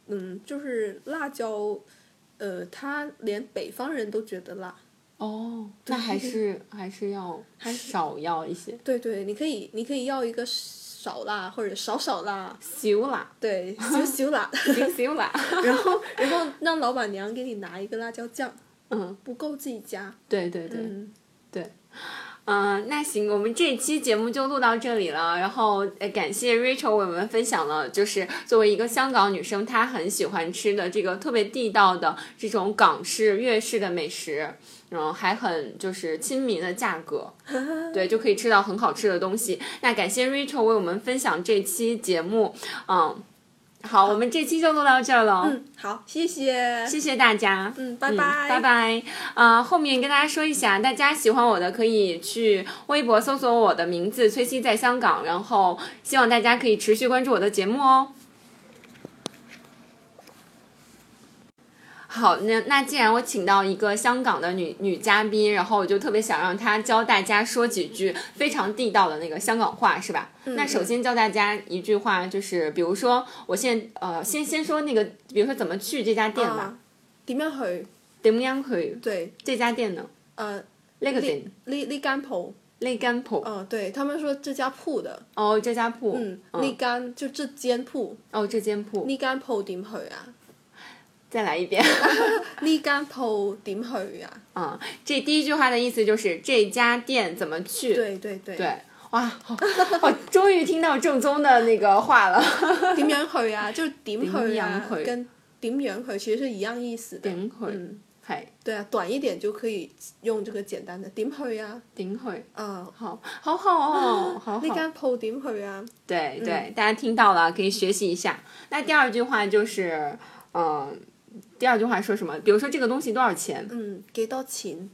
Speaker 3: 嗯，就是辣椒，呃，它连北方人都觉得辣。
Speaker 1: 哦，那还是还是要还少要一些，
Speaker 3: 对对，你可以你可以要一个少辣或者少少辣，
Speaker 1: 小辣，
Speaker 3: 对，小小辣，
Speaker 1: 小小辣，
Speaker 3: 然后然后让老板娘给你拿一个辣椒酱，
Speaker 1: 嗯，
Speaker 3: 不够自己加。
Speaker 1: 对对对，
Speaker 3: 嗯，
Speaker 1: 嗯、那行，我们这一期节目就录到这里了。然后，呃，感谢 Rachel 为我们分享了，就是作为一个香港女生，她很喜欢吃的这个特别地道的这种港式、粤式的美食，然后还很就是亲民的价格，对，就可以吃到很好吃的东西。那感谢 Rachel 为我们分享这期节目，嗯，好，我们这期就录到这儿了，
Speaker 3: 嗯，好，谢谢，
Speaker 1: 谢谢大家，
Speaker 3: 嗯，拜
Speaker 1: 嗯拜拜。啊、后面跟大家说一下，大家喜欢我的可以去微博搜索我的名字“崔西在香港”，然后希望大家可以持续关注我的节目哦。好，那那既然我请到一个香港的女女嘉宾，然后我就特别想让她教大家说几句非常地道的那个香港话，是吧？
Speaker 3: 嗯
Speaker 1: 那首先教大家一句话，就是比如说，我现呃先先说那个，比如说怎么去这家店吧
Speaker 3: 啊，，點樣去？
Speaker 1: 怎么样去
Speaker 3: 對，
Speaker 1: 这家店呢？
Speaker 3: 呃，
Speaker 1: 那个
Speaker 3: 呢
Speaker 1: 店，
Speaker 3: 呢呢間鋪，
Speaker 1: 那呃干铺
Speaker 3: 嗯、对他们说这家鋪的，
Speaker 1: 哦，这家铺，
Speaker 3: 嗯，呢間就這間鋪，
Speaker 1: 哦，这间铺，
Speaker 3: 呢間鋪點去啊？
Speaker 1: 再来一 遍。
Speaker 3: 呢間鋪點去啊？
Speaker 1: 嗯，这第一句话的意思就是这家店怎么去？
Speaker 3: 對對對，
Speaker 1: 对哇，好，我终于听到正宗的那个话 了。
Speaker 3: 點樣去啊？就是點去啊
Speaker 1: 點樣去？
Speaker 3: 跟點樣去其實是一樣意思的。
Speaker 1: 顶会，
Speaker 3: 嗯，
Speaker 1: 嘿，
Speaker 3: 對啊，短一點就可以用這個簡單的點去啊？
Speaker 1: 顶会，
Speaker 3: 啊、
Speaker 1: 好，好好 哦，好好。
Speaker 3: 呢間鋪點去啊？
Speaker 1: 对对，大家听到了可以学习一下。那第二句话就是，嗯，第二句话说什么？比如说这个东西多少钱？
Speaker 3: 嗯，幾多錢？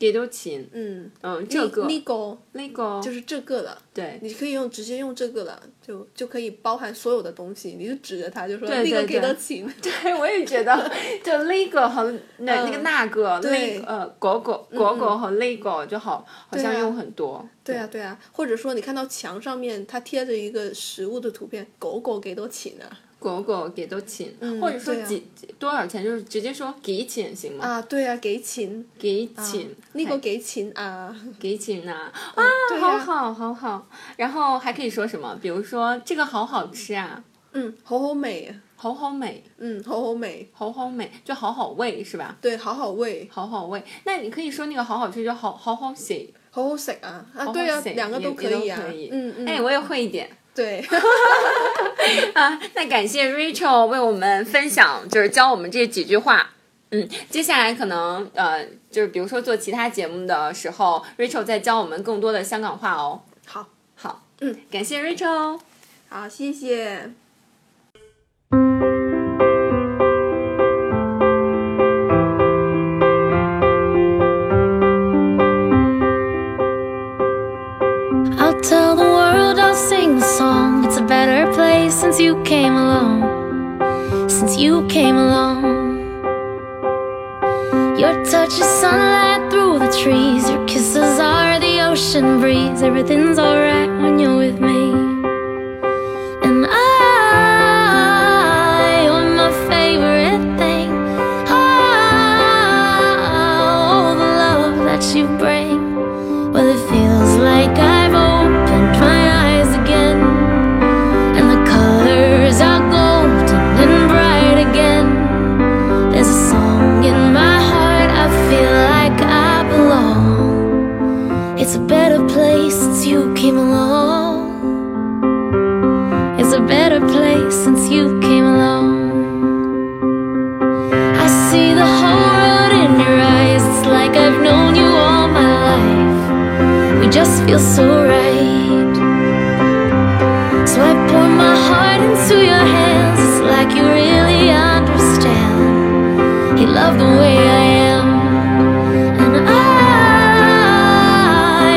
Speaker 1: 几多钱？
Speaker 3: 嗯，
Speaker 1: 嗯，这个
Speaker 3: 呢、呢個
Speaker 1: 那个
Speaker 3: 就是这个了。
Speaker 1: 对
Speaker 3: 你可以用直接用这个了，就就可以包含所有的东西，你就指着它就说
Speaker 1: 对
Speaker 3: 那个
Speaker 1: 对
Speaker 3: 给
Speaker 1: 对
Speaker 3: 多钱，
Speaker 1: 对，我也觉 得，就那个和那那个
Speaker 3: 嗯
Speaker 1: 那个那
Speaker 3: 对嗯
Speaker 1: 个呃狗狗狗狗和那个就好好像
Speaker 3: 对啊
Speaker 1: 用很多。
Speaker 3: 对啊对啊，或者说你看到墙上面它贴着一个食物的图片，狗狗给多钱啊？
Speaker 1: 狗狗给多钱，或者说
Speaker 3: 对啊
Speaker 1: 几、几多少钱，就是直接说几钱行吗？
Speaker 3: 啊，对啊，给钱，
Speaker 1: 几钱？
Speaker 3: 啊那个
Speaker 1: 嘿
Speaker 3: 给钱啊，
Speaker 1: 几钱呐？啊，
Speaker 3: 对
Speaker 1: 好
Speaker 3: 啊
Speaker 1: 好好好。然后还可以说什么？比如说这个好好吃啊，
Speaker 3: 嗯，好好美啊，
Speaker 1: 好好美，
Speaker 3: 嗯，好好美，
Speaker 1: 好好美，就好好味是吧？
Speaker 3: 对，好好味，
Speaker 1: 好好味。那你可以说那个好好吃，就好好好写，
Speaker 3: 好好食啊，啊，
Speaker 1: 好好
Speaker 3: 对啊，
Speaker 1: 写
Speaker 3: 两个
Speaker 1: 也也都
Speaker 3: 可以啊，
Speaker 1: 可以
Speaker 3: 嗯嗯，
Speaker 1: 哎，我也会一点。
Speaker 3: 对，
Speaker 1: 啊，那感谢 Rachel 为我们分享，就是教我们这几句话。嗯，接下来可能呃，就是比如说做其他节目的时候，Rachel 再教我们更多的香港话哦。
Speaker 3: 好，
Speaker 1: 好，
Speaker 3: 嗯，
Speaker 1: 感谢 Rachel 哦。
Speaker 3: 好，谢谢。
Speaker 4: I'll tell the world I'll sing a song. It's a better place since you came along. Since you came along. Your touch is sunlight through the trees. Your kisses are the ocean breeze. Everything's alright when you're with me. And I, you're my favorite thing. Oh, the love that you bring. Well, it feels like I've opened my eyes again, and the colors are golden and bright again. There's a song in my heart, I feel like I belong. It's a better place since you came along. It's a better place since you came along. I see the whole world in your eyes. It's like I've known you all my life. We just feel so right. So I pour my heart into your hands. It's like you really understand. You love the way I am. And I,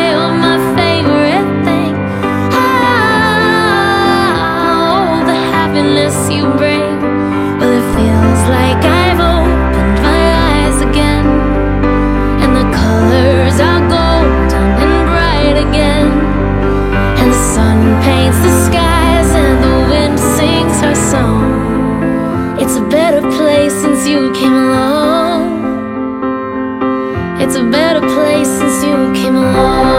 Speaker 4: you're my favorite thing. Oh, the happiness you bring. Well, it feels like I've opened my eyes again, and the colors are golden and bright again, and the sun paints the skies, and the wind sings her song. It's a better place since you came along. It's a better place since you came along.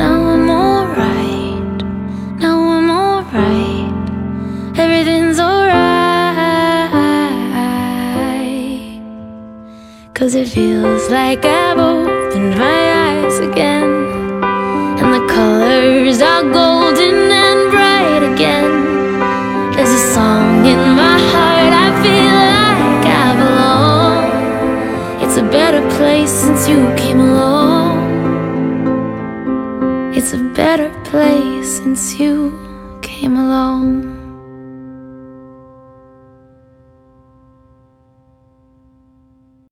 Speaker 4: Now I'm alright. Now I'm alright. Everything's alright. Cause it feels like I've opened my eyes again. And the colors are golden and bright again. There's a song in my heart, I feel like I belong. It's a better place since you came along. It's a better place since you came along.